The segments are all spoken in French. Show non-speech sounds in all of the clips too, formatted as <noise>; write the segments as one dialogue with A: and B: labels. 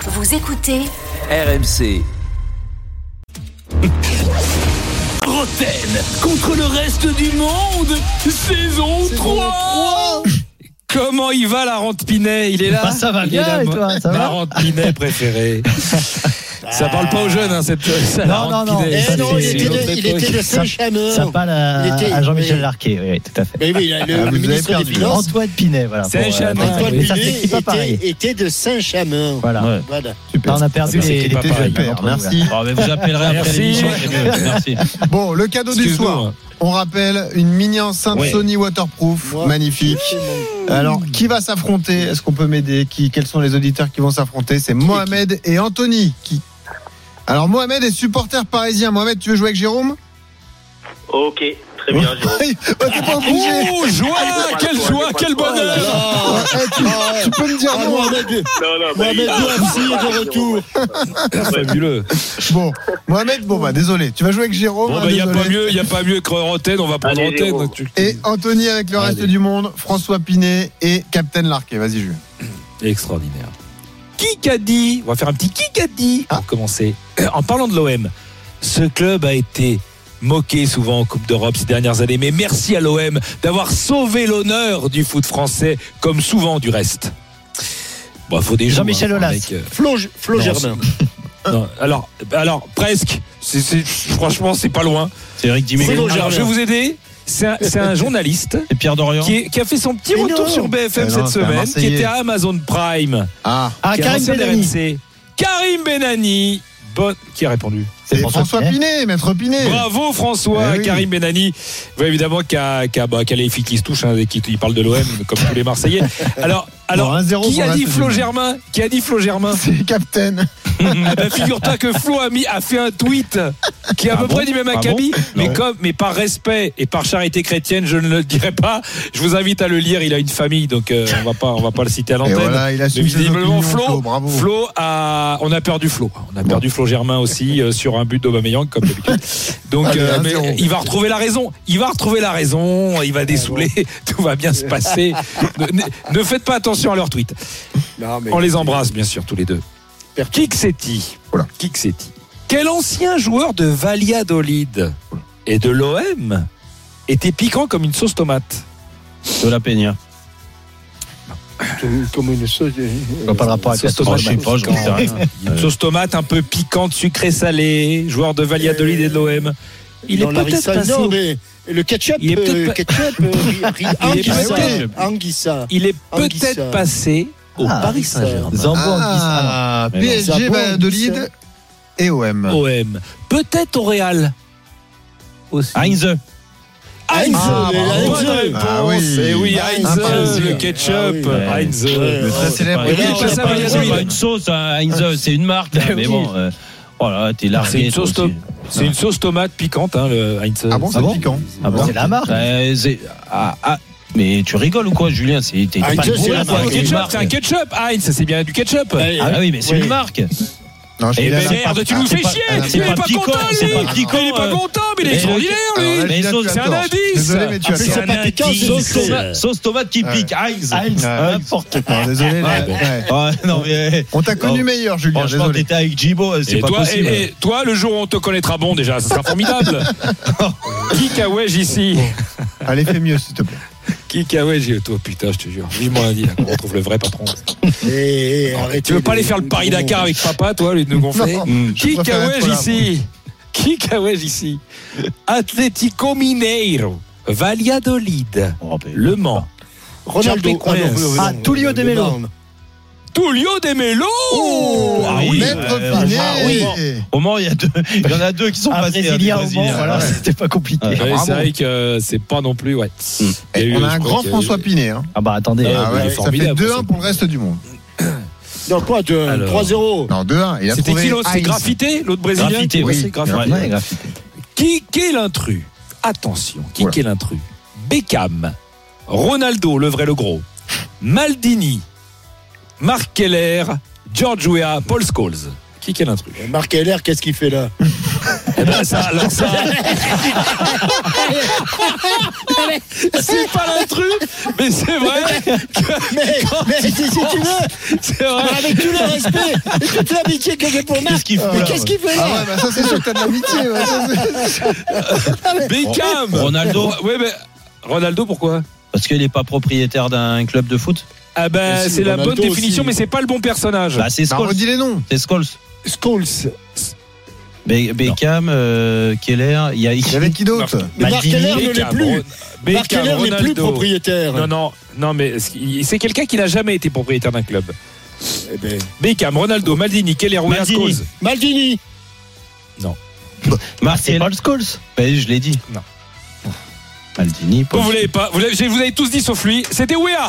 A: Vous écoutez
B: RMC. Roten contre le reste du monde, saison 3 Comment il va la rente Pinet Il est là
C: Bah, ça va
B: Il
C: bien,
B: est là,
C: et
B: mo-
C: toi, ça
B: Ma
C: va
B: rente Pinet préférée. <laughs> ça parle pas aux jeunes, hein, cette. ça, la
C: Non, non,
B: rente
C: non.
B: Pinet,
C: Eh
B: ça,
D: non,
B: c'est
D: il
B: une
D: était de-
B: autre
D: il
B: époque.
D: était de
C: Ça-
D: Saint-Chameur.
C: Ça parle à,
D: Il était-
C: à Jean-Michel
D: oui.
C: Larquet, oui, oui, tout à fait.
D: Mais oui, le,
C: Ah,
D: le ministre des Finances,
C: Antoine Pinet, voilà.
B: C'est
C: pour,
B: un
C: euh,
E: Ah,
B: chien,
C: Antoine
D: Antoine
B: oui.
C: Pinet, ça
D: Pinet
C: s'écrit pas pareil.
D: était, était de Saint-Chameur.
C: Voilà.
D: Voilà.
C: Là, on a perdu
B: Ça
C: les,
B: s'écrit pas
C: les deux
B: pareil.
C: jeunes d'entre nous,
F: Merci.
E: Bon, mais vous appellerez après
B: Merci.
E: l'émission. c'est mieux. Merci.
F: Bon, le cadeau du
B: Excuse-nous,
F: soir.
B: hein.
F: On rappelle une mini enceinte
E: Oui.
F: Sony waterproof,
D: Moi,
F: magnifique.
D: c'est mon-
F: Alors, qui va s'affronter Est-ce qu'on peut m'aider Qui Quels sont les auditeurs qui vont s'affronter C'est Mohamed et Anthony. Qui Alors, Mohamed est supporter parisien. Mohamed, tu veux jouer avec Jérôme
G: Ok, très bien, Jérôme.
F: Hey, bah, T'es pas obligé.
B: Oh, joie Quelle joie Quel bonheur
D: Ah,
F: Ouais, hey, tu, tu peux me dire
D: ah,
F: non.
D: Mohamed,
G: Non, non, bah,
D: Mohamed
G: il-
D: Bouamsi est de retour.
B: Fabuleux.
F: Bon, Mohamed, bon bah désolé. Tu vas jouer avec Jérôme.
B: Bon,
F: hein,
B: bah, il n'y a
F: désolé.
B: pas mieux, y a pas mieux que Roten, on va prendre
G: Allez,
B: Roten.
G: Jérôme.
B: donc tu-
F: Et Anthony avec le reste
B: Allez.
F: du monde, François Pinet et Captain Larquet. Vas-y, Jules.
B: Extraordinaire. Qui a dit On va faire un petit qui a dit
D: Ah.
B: pour commencer. Euh, En parlant de l'OM, ce club a été moqué souvent en Coupe d'Europe ces dernières années, mais merci à l'OM d'avoir sauvé l'honneur du foot français, comme souvent du reste. Bon, faut des
C: Jean-Michel
B: jours, hein,
C: Aulas.
B: mec, euh,
D: Flo, Flo
B: Non,
D: Germain.
B: non, alors, alors presque. C'est- c'est- franchement, c'est pas loin.
E: C'est Eric
D: C'est
E: Dimeco
D: bon,
B: Alors, je vais vous aider. C'est un- c'est un journaliste
E: et Pierre Dorian. Eh
B: qui, est- qui a fait son petit
D: Mais
B: retour
D: non.
B: sur BFM
F: Mais non,
B: cette
F: c'est un
B: semaine, qui
F: Marseillais.
B: était à Amazon Prime,
F: Ah,
C: Ah,
B: qui est
C: Karim
B: ancien
C: Bellamy.
B: RMC. Karim Benani. Bon, qui a répondu
F: c'est
C: François
F: François
C: Pinet.
F: Pinet, maître Pinet.
B: Bravo François,
F: Eh oui.
B: Karim Benani. Oui, évidemment, qui a, qui a, bah, qui a les filles qui se touchent, hein, et qui il parle de l'OM comme tous les Marseillais.
F: <laughs>
B: Alors, alors
F: 1-0
B: qui
F: pour
B: a
F: la
B: dit
F: Suisse.
B: Flo Germain Qui a dit Flo Germain
F: C'est Captain.
B: <laughs> Ah bah, Figure-toi que Flo a, mis, a fait un tweet qui est à
E: Ah
B: peu
E: bon
B: près du même
E: Ah
B: acabit, mais,
E: Non.
B: comme, mais par respect et par charité chrétienne, je ne le dirai pas. Je vous invite à le lire. Il a une famille, donc euh, on va pas, on va pas le citer à
F: Et
B: l'antenne.
F: voilà, il a
B: Mais
F: suivi ses
B: visiblement,
F: opinions,
B: Flo, Flo,
F: bravo.
B: a, on a perdu Flo. On a perdu Flo Germain aussi euh, sur un but d'Aubameyang comme d'habitude. Donc,
D: Ah,
F: Allez,
B: euh,
F: 1-0.
B: mais il va retrouver la raison. Il va retrouver la raison. Il
D: Ah,
B: va dessouler. <laughs> Tout va bien se
D: <laughs>
B: passer. Ne, ne- ne faites pas attention à leurs tweets.
D: Non, mais-
B: On les embrasse bien sûr tous les deux. Kiksetti.
F: Oula.
B: Kiksetti. Quel ancien joueur de Valladolid et de l'OM était piquant comme une sauce tomate
E: De la Peña.
D: Comme- Comme une sauce.
C: On voit pas le rapport avec la
B: Sauce tomate,
C: sauce
E: Je sais pas, Oh, je sais rien.
D: Euh.
B: Une sauce tomate un peu piquante, sucrée, salée, joueur de Valladolid et de l'OM. Il est
D: Dans la
B: peut-être
D: rissa-
B: passé
D: Non,
B: au-
D: mais le ketchup.
B: Il est peut-être
D: euh,
B: pas-
D: ketchup. euh, ri- ri- Anguissa.
E: peut-être-
D: Anguissa.
B: il est
D: Anguissa.
B: peut-être passé au
C: Ah,
B: Paris Saint-Germain.
C: Zambo en Guisane.
F: Ah,
E: Mais non.
F: PSG,
D: Zabo,
F: Valladolid
D: Guisane.
F: et OM.
B: OM. Peut-être au Real. Aussi.
E: Heinze.
B: Heinz.
F: Ah,
D: mais
F: bravo.
B: Bonne
D: Heinz.
B: réponse.
F: Ah oui.
B: Eh oui, Heinz,
F: Impressionnant.
B: le ketchup.
D: Ah oui.
B: Heinz.
D: Ouais,
F: Très
D: ouais.
F: célèbre.
B: Il est passé
E: C'est
B: à
E: pas- c'est pas
B: Valladolid.
E: une sauce, hein, Heinze, c'est une marque. hein, Mais bon, euh, voilà, t'es largué.
B: C'est une
E: toi
B: sauce
E: aussi.
B: C'est une sauce tomate piquante, hein, le Heinz.
F: Ah bon, c'est
C: Ah bon
F: piquant.
C: Ah bon, c'est la marque.
E: Euh, c'est- ah, ah, Mais tu rigoles ou quoi, Julien C'est t'es
D: Heinz,
E: pas de
D: c'est
E: bourrin,
D: la marque.
E: quoi, c'est une
B: Ketchup,
E: marque.
B: c'est un ketchup. Heinz, c'est bien du ketchup.
E: Ah oui, mais c'est
D: Oui.
E: une marque.
F: Non, je
E: Eh
F: suis
E: ben,
F: d'accord.
E: c'est pas-
B: Merde, tu nous
E: c'est
B: fais
E: pas-
B: chier. hein.
F: c'est
B: Il est
E: pas
B: pas
E: piquant,
B: content,
E: c'est
B: lui.
E: pas piquant,
B: Il est pas
E: euh.
B: content, mais il est
E: Mais-
B: extraordinaire,
F: Alors là,
B: lui.
E: Mais
F: Julien,
E: sauce,
F: tu
B: c'est un
F: as tort.
B: indice. Ah,
F: Désolé, mais
E: Ah,
F: tu as
D: Après,
F: tort.
D: c'est pas piquant, c'est
E: Sauce
D: sucré.
E: tomate- Sauce tomate qui
F: Ouais.
E: pique. Heinz.
C: Heinz.
F: Ouais.
C: N'importe quoi.
F: Non, Désolé. là,
E: Ouais.
F: ouais.
E: Ah, non, mais.
F: On t'a connu
E: Oh.
F: meilleur, Julien.
E: Franchement,
F: Désolé.
E: t'étais avec Jibo, c'est
B: Et
E: pas
B: toi,
E: possible.
B: et- et toi, le jour où on te connaîtra bon déjà, ce sera formidable. Qui cahouège ici
F: Allez, fais mieux, s'il te plaît.
B: Qui cahouège Toi, putain, je te jure. Vivement lundi, là, qu'on retrouve le vrai patron.
D: Eh, eh, arrêtez
B: Ah, tu veux pas
D: de-
B: aller faire le
D: de-
B: Paris
D: de-
B: Dakar avec papa, toi, les deux gonflés
F: Non,
E: Mm.
F: je
B: Qui
F: préfère être
B: cahouège
F: là,
B: ici <laughs> Qui cahouège ici Atlético Mineiro, Valladolid,
E: Oh, ben,
B: Le Mans,
D: Ronaldo.
B: Champions
D: non,
B: Quest.
D: non, non,
C: Ah, Tullio
D: non,
C: de
D: non,
C: Melo.
D: non.
B: Tullio de Melo
E: Ah
F: moi.
E: oui,
F: Maître
E: euh,
F: Pinet.
E: ah oui. Au Mans, il y, a deux- il y en a deux qui sont
C: Un
E: passés. hein, des
C: Brésilien au
E: Brésiliens.
C: Mans, voilà,
F: Ouais.
C: c'était pas compliqué.
B: Ouais,
F: Bravo.
B: C'est vrai que euh, c'est pas non plus. Ouais. Il y
F: Et
B: eu,
F: on a
B: je crois
F: un grand
B: qu'il y eu-
F: François Pinet. hein.
C: Ah bah attendez.
B: Euh,
F: Ah
B: il est
F: ouais, ça fait
B: formidable,
F: 2-1
B: ce
F: pour le reste du monde.
D: Non, quoi, de-
B: Alors.
D: 3-0.
F: Non, 2-1. Il a
B: C'était
F: trouvé.
B: qui l'autre C'est
F: Heinz.
B: Graffité, l'autre brésilien
E: Graffiti,
B: Ouais,
E: oui.
B: c'est Graffiti.
E: Ouais.
C: Ouais, graphique.
B: Qui qui est l'intrus Attention, qui
F: Oula.
B: qui est l'intrus Beckham, Ronaldo, le vrai le gros, Maldini, Marc Keller, George Weah, Paul Scholes. Qui qui est l'intrus
D: Marc Heller, qu'est-ce qu'il fait là
B: Eh ben ça, alors ça. c'est pas l'intrus, mais c'est vrai.
D: Mais, mais si, si tu veux,
B: C'est vrai.
D: avec tout le respect et toute l'amitié que j'ai pour Marc,
E: qu'il
D: mais qu'est-ce qu'il fait
F: Ah
D: là
F: ouais, bah ça c'est sûr que t'as de l'amitié. ouais, ça,
B: <laughs>
F: c'est-
B: Beckham.
E: Ronaldo.
B: Ouais, mais Ronaldo, pourquoi
E: Parce qu'il n'est pas propriétaire d'un club de foot
B: Ah ben
D: Mais si,
B: c'est la
D: Ronaldo
B: bonne définition,
D: aussi.
B: mais c'est pas le bon personnage.
E: Bah, c'est
F: Bah,
E: Scholes.
F: redis les noms.
E: C'est Scholes.
D: Scholes.
E: Be- Beckham, euh, Keller, il y a
F: Il y avait qui d'autre
D: Mais Marc
E: Maldini,
D: Keller ne l'est plus.
B: Ron-
D: Marc
B: Beckham,
D: Keller n'est plus
B: Ronaldo.
D: propriétaire.
B: Non, non, non, mais ce qui- c'est quelqu'un qui n'a jamais été propriétaire d'un club.
D: Eh ben,
B: Beckham, Ronaldo, Maldini, Keller, Weah,
E: Maldini.
B: Scholes.
D: Maldini.
E: Marcel.
C: pas le
E: Scholes. Ben, je l'ai dit.
B: Non.
E: Maldini.
B: Bon, vous l'avez pas, vous l'avez, je vous avez tous dit sauf lui. C'était Weah.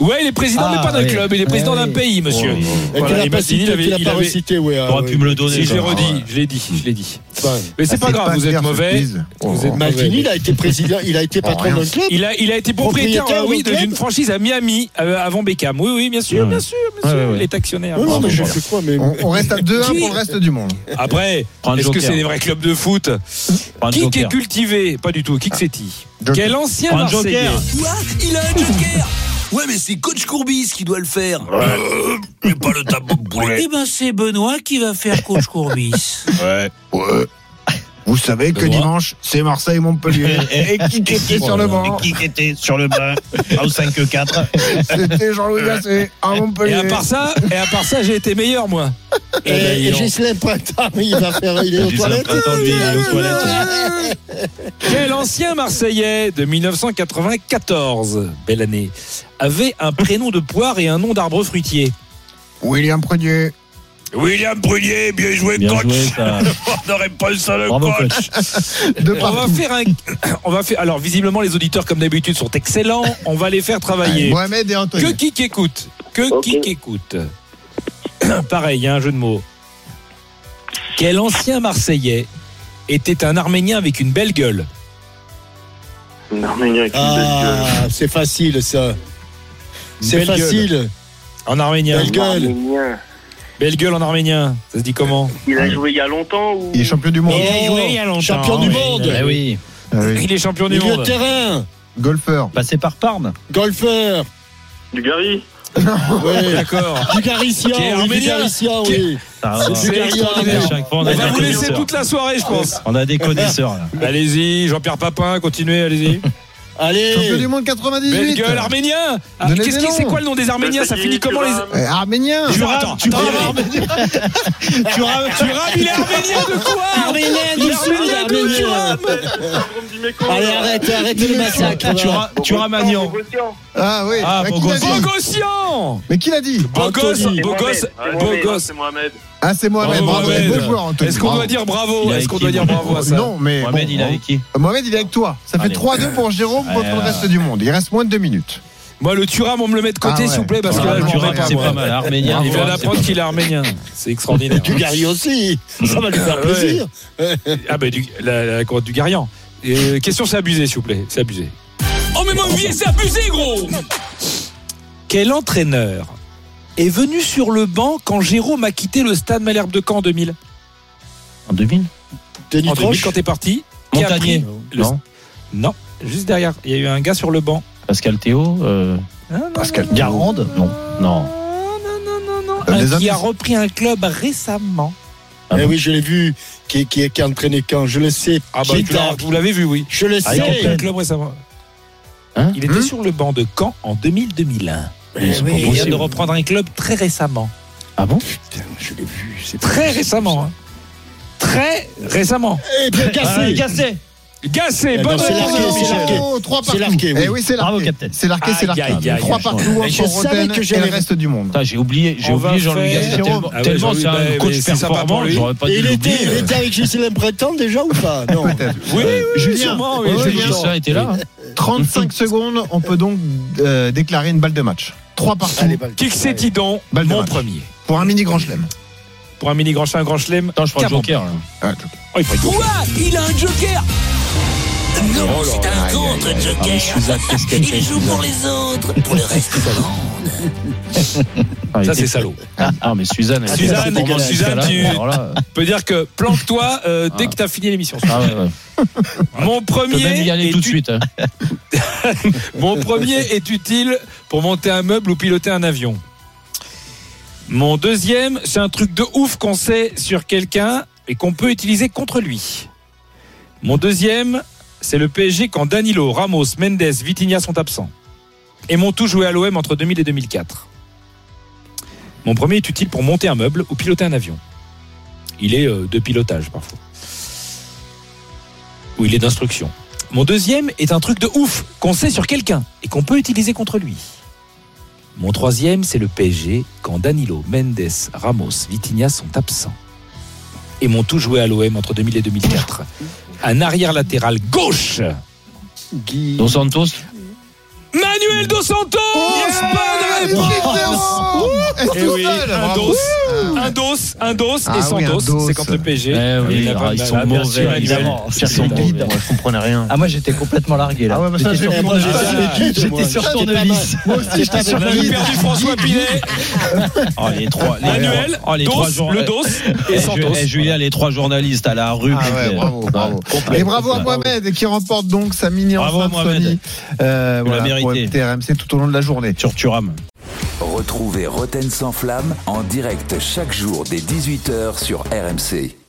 B: Ouais, il est président,
E: Ah,
B: mais pas d'un
E: oui.
B: club, il est président
E: Ah,
B: d'un
E: oui.
B: pays, monsieur.
D: Et
B: Voilà,
D: tu
B: et
D: l'as pas
B: Maldini,
D: cité,
B: il avait-
D: tu l'as
B: il
D: pas
B: avait-
D: recité, ouais. ah,
E: T'aurais
D: ouais.
E: pu me le
B: Si,
E: donner.
B: je l'ai
E: quoi.
B: redit, je l'ai dit, je l'ai dit.
D: Ouais.
B: Mais c'est
F: Ah,
B: pas grave, vous êtes
F: clair, ce
B: mauvais.
F: quiz.
B: Vous êtes
D: Maldini, il a été président, Ah, il a été patron
F: rien.
D: d'un club.
B: Il a, il a été propriétaire,
D: Propriétaire
B: euh, oui,
D: d'un club
B: d'une franchise à Miami euh, avant Beckham. Oui, oui, bien sûr,
E: Ouais.
B: bien sûr, bien sûr.
E: Ouais, ouais, ouais.
B: Il est actionnaire.
D: Non, non, mais je
B: Voilà.
D: sais quoi, mais.
F: On, on reste
B: <laughs>
F: à 2-1 pour le reste du monde.
B: Après,
E: Prends le
B: est-ce que
E: joker.
B: c'est des vrais clubs de foot
E: Prends le
B: Qui est
E: joker.
B: cultivé Pas du tout. Qui que c'est-il
F: Joker.
B: Quel ancien
E: Prends le
B: Marseillais
E: joker.
A: Quoi Il a un joker Ouais, mais c'est Coach Courbis qui doit le faire. Euh, mais pas le tabou de poulet.
H: Eh ben c'est Benoît qui va faire coach Courbis.
F: Ouais. Vous savez que dimanche, c'est Marseille-Montpellier.
E: Et
F: qui était <laughs> sur le banc
E: qui était sur le <laughs> banc au 5-4
F: C'était Jean-Louis Gasset à
B: Et
F: Montpellier.
B: à part ça, et à part ça, j'ai été meilleur moi.
D: Et, et Ghislain Printemps, mais il va faire. Il est aux
E: Ghislain
D: toilettes.
E: Printemps, lui, il est
B: <laughs>
E: aux
D: toilettes.
B: Quel ancien Marseillais de 1994, belle année, avait un prénom de poire et un nom d'arbre fruitier
F: William Prunier.
A: William Brunier, bien joué,
E: Bien
A: coach.
E: joué, ça.
A: Oh, On n'aurait pas le seul
E: Bravo,
A: coach.
E: coach.
F: De
B: On va
F: partout.
B: faire un. On va faire. Alors visiblement, les auditeurs comme d'habitude sont excellents. On va les faire travailler.
F: Mohamed et
B: Que
F: Anthony.
B: qui écoute Que
G: Ok.
B: qui écoute <clears throat> Pareil, il y a un jeu de mots. Quel ancien Marseillais était un Arménien avec une belle gueule
G: Un Arménien avec une belle
D: Ah, c'est facile ça.
B: Une
D: C'est
B: belle gueule.
D: facile.
B: En arménien.
D: Belle
G: gueule.
D: gueule.
G: Un Arménien.
B: Belle gueule en arménien. Ça se dit comment
G: Il a joué il y a longtemps ou
F: Il est champion du monde.
D: Il a joué il y a longtemps, Oh, Champion du
B: oui.
D: monde.
E: Eh oui.
F: Ah oui.
B: Il est champion du
D: Milieu de
B: monde.
D: terrain.
F: Golfeur.
E: Passé par Parme.
D: Golfeur.
G: du Gary
D: Ouais.
B: <laughs> D'accord.
D: <laughs> Bulgaritien,
B: Qui est
D: oui,
B: arménien.
D: Bulgaritien,
B: Qui est-
D: oui.
E: Ah,
D: C'est
E: ouais.
D: super
E: À
D: extraordinaire.
E: chaque fois, on
B: On va
E: a des
B: vous laisser
E: connaisseurs.
B: toute la soirée, je pense.
E: On a des connaisseurs. là.
B: Allez-y, Jean-Pierre Papin, continuez, allez-y.
F: Champion du
D: Allez,
F: monde
B: Belle
F: 98.
B: gueule, arménien Ah,
F: Donnez
B: Qu'est-ce
F: des
B: qui c'est
F: noms.
B: quoi le nom des arméniens Ça
G: Saïd,
B: finit comment les.
G: Thuram.
F: Euh, Arménien.
B: Turam, attends,
D: tu
B: attends,
D: parles
B: Thuram, Thuram, il est arménien de quoi
G: Eh,
D: Arménien
B: Il
D: du
B: est
D: Sud,
B: arménien de
D: Arménien.
B: Thuram
G: Syndrome du mécan.
D: Allez, arrêtez, arrêtez le massacre.
E: Tu
D: va.
E: ra- Tu ramagnan.
G: Bogossian.
F: Ah oui.
E: Ah,
F: Mais qui
E: Bogosian.
F: l'a dit
B: Bogossian
F: Mais qui l'a dit
B: Beau gosse,
D: Anthony.
B: beau gosse,
G: Ah,
B: beau
G: Mohamed,
B: gosse.
G: C'est Mohamed.
F: Ah, c'est Mohamed.
B: Bravo,
F: Bravo.
B: Mohamed.
F: Beau joueur, Anthony.
B: Est-ce qu'on
F: Bravo.
B: doit dire bravo
E: Il a
B: Est-ce qu'on
E: écrit
B: doit dire
E: bravo.
B: bravo à ça
F: Non, mais.
E: Mohamed,
F: bon,
E: il est avec qui
F: Mohamed, il est avec toi. Ça fait
E: Allez.
F: 3-2 pour Jérôme
E: Ouais,
F: contre le
E: ouais.
F: reste du monde. Il reste moins de 2 minutes.
B: Moi, le Thuram, on me le met de
F: Ah
B: côté,
F: ouais.
B: s'il vous plaît, parce que
F: Thuram,
B: là, je m'en
F: Thuram,
B: mets pas
E: c'est pas
B: moi.
E: mal. Arménien.
B: Il vient
E: Thuram, c'est
B: d'apprendre qu'il est arménien. C'est extraordinaire.
D: Bulgarie aussi. Ça va lui faire
B: Ouais.
D: plaisir.
B: Ah, bah, du, la, la courante du Garian. Euh, question, c'est abusé, s'il vous plaît. C'est abusé. Oh, mais mon vie, c'est abusé, gros Quel entraîneur est venu sur le banc quand Jérôme a quitté le stade Malherbe de Caen en 2000
E: En 2000
D: Denis
B: En 2000,
D: Troche.
B: quand t'es parti qui a
E: Montagnier.
B: pris le-
E: Non.
B: Non, juste derrière. Il y a eu un gars sur le banc.
E: Pascal Théo. euh,
B: Ah, non,
F: Pascal
E: Garande Non.
B: Non,
E: Non.
B: non, non, non, non.
F: Euh, les
B: Un qui
F: indices.
B: a repris un club récemment.
E: Ah
D: Eh
E: bon.
D: oui, je l'ai vu. Qui, qui, qui a entraîné quand Je le sais.
B: Ah bah,
D: Qui
B: tu
D: est
B: l'as-
D: à-
B: vous l'avez vu, oui.
D: Je le
E: Ah, il est en
D: sais.
B: Un club récemment.
E: Hein
B: il était sur le banc de Caen en 2000-2001.
D: Eh oui,
B: Il vient de reprendre un club très récemment.
E: Ah bon
D: Putain, je l'ai vu. C'est
B: Très récemment. Ah, hein. Très récemment.
D: Eh bien, cassé.
E: Ah, Cassé
B: Gassé,
D: Eh
B: bonne
D: non, c'est
B: réponse.
D: l'arqué, c'est l'arqué.
F: 3
D: C'est
F: partout.
D: l'arqué, oui.
F: Eh oui, c'est
E: Bravo,
F: l'arqué.
E: capitaine.
F: C'est l'arqué, c'est
B: Aïe, aïe,
F: l'arqué.
B: aïe,
F: 3
B: aïe.
F: partout
D: Mais je
F: pour
D: savais
F: Roten
D: que
F: et le
D: j'allais-
F: reste du monde.
E: Putain, J'ai oublié, j'ai
B: On va
E: oublié Jean-Louis
B: faire-
E: Gasset. Tellement,
B: Ah ouais,
E: tellement
B: Jean-Louis,
E: c'est
B: bah,
E: un
B: mais
E: coach
B: c'est sympa pour
E: performant,
B: lui.
E: j'aurais pas
D: Et
E: dû
D: il était, il
E: l'oublier. euh.
D: était avec Ghislain Printemps déjà ou
E: <laughs>
D: pas Non.
B: Oui, oui,
F: Julien.
B: sûrement, oui,
F: Ouais,
B: Oh, Julien.
F: Julien.
E: Gasset était là. hein.
F: 35 secondes, on peut donc euh, déclarer une balle de match. 3 partout
D: Allez, balle.
B: Qui que c'est, dis donc,
F: Balle de
B: mon
F: match.
B: premier.
F: pour un mini grand chelem.
B: Pour un mini grand chelem, un grand chelem.
E: Attends, je prends le
B: Cameron.
E: joker. hein. là.
B: Oh, il faut être bon.
A: Quoi Il a un joker
H: non, c'est un contre Joker. Il joue pour les autres, pour le reste du monde.
B: Ça,
E: Ah, il
B: c'est
E: était-
B: salaud.
E: Ah, mais Suzanne, elle-
B: Suzanne,
E: pour moi,
B: Suzanne,
E: ce cas-là,
B: tu-
E: alors là,
B: Peut dire que planque-toi euh, dès que t'as fini l'émission.
E: Ah ouais, ouais.
B: Mon
E: Ah, Tu peux même y
B: premier,
E: aller
B: est
E: tout de
B: ut-
E: suite. hein.
B: mon premier est utile pour monter un meuble ou piloter un avion. Mon deuxième, c'est un truc de ouf qu'on sait sur quelqu'un et qu'on peut utiliser contre lui. Mon deuxième, c'est le PSG quand Danilo, Ramos, Mendes, Vitinha sont absents. Et mon tout joué à l'OM entre 2000 et 2004. Mon premier est utile pour monter un meuble ou piloter un avion. Il est euh, de pilotage parfois. Ou il est d'instruction. Mon deuxième est un truc de ouf qu'on sait sur quelqu'un et qu'on peut utiliser contre lui. Mon troisième, c'est le PSG quand Danilo, Mendes, Ramos, Vitinha sont absents. Et m'ont tout joué à l'OM entre 2000 et 2004. Un arrière latéral gauche.
D: Guy.
E: Dos Santos,
B: Manuel Dos Santos
F: Oh,
B: Bonne réponse
F: Et
B: Eh oui, un dos, un dos, un dos
F: Ah
B: et
F: oui,
B: sans
F: un
B: dos,
F: dos.
B: c'est contre le PSG.
E: Eh oui,
B: Il a
E: alors,
B: pas-
E: ils
B: bah,
E: sont
B: bah, merci,
E: mauvais,
B: Manuel.
E: évidemment.
B: Ils sont
E: Ils sont
B: mauvais.
E: guides.
F: je comprenais rien.
C: Ah, moi, j'étais complètement largué là.
F: Ah ouais, bah ça,
C: J'étais
F: je l'ai
C: sur-
F: compris.
D: j'étais-
F: Ah,
D: j'étais- j'étais-
C: J'étais sur
D: j'étais pas
C: tournevis.
D: Moi aussi, j'étais
B: On
D: sur
B: avait perdu François Pinet,
E: Oh, les trois, les-
B: Manuel,
E: oh, les
B: dos,
E: trois jour-
B: le dos
E: Eh,
B: et
E: Ju-
B: Santos.
E: eh, Julien, les trois journalistes à la rue.
F: Ah ouais,
E: complet.
F: bravo, bravo.
E: Complet.
F: Et bravo à Mohamed qui remporte donc sa mini
E: Bravo à
F: enceinte
E: Mohamed.
F: Sony. Euh,
E: Tu l'as
F: voilà, pour
E: mérité.
F: TRMC tout au long de la journée.
E: Sur Turam.
A: Retrouvez Roten sans flamme en direct chaque jour dès 18h sur RMC.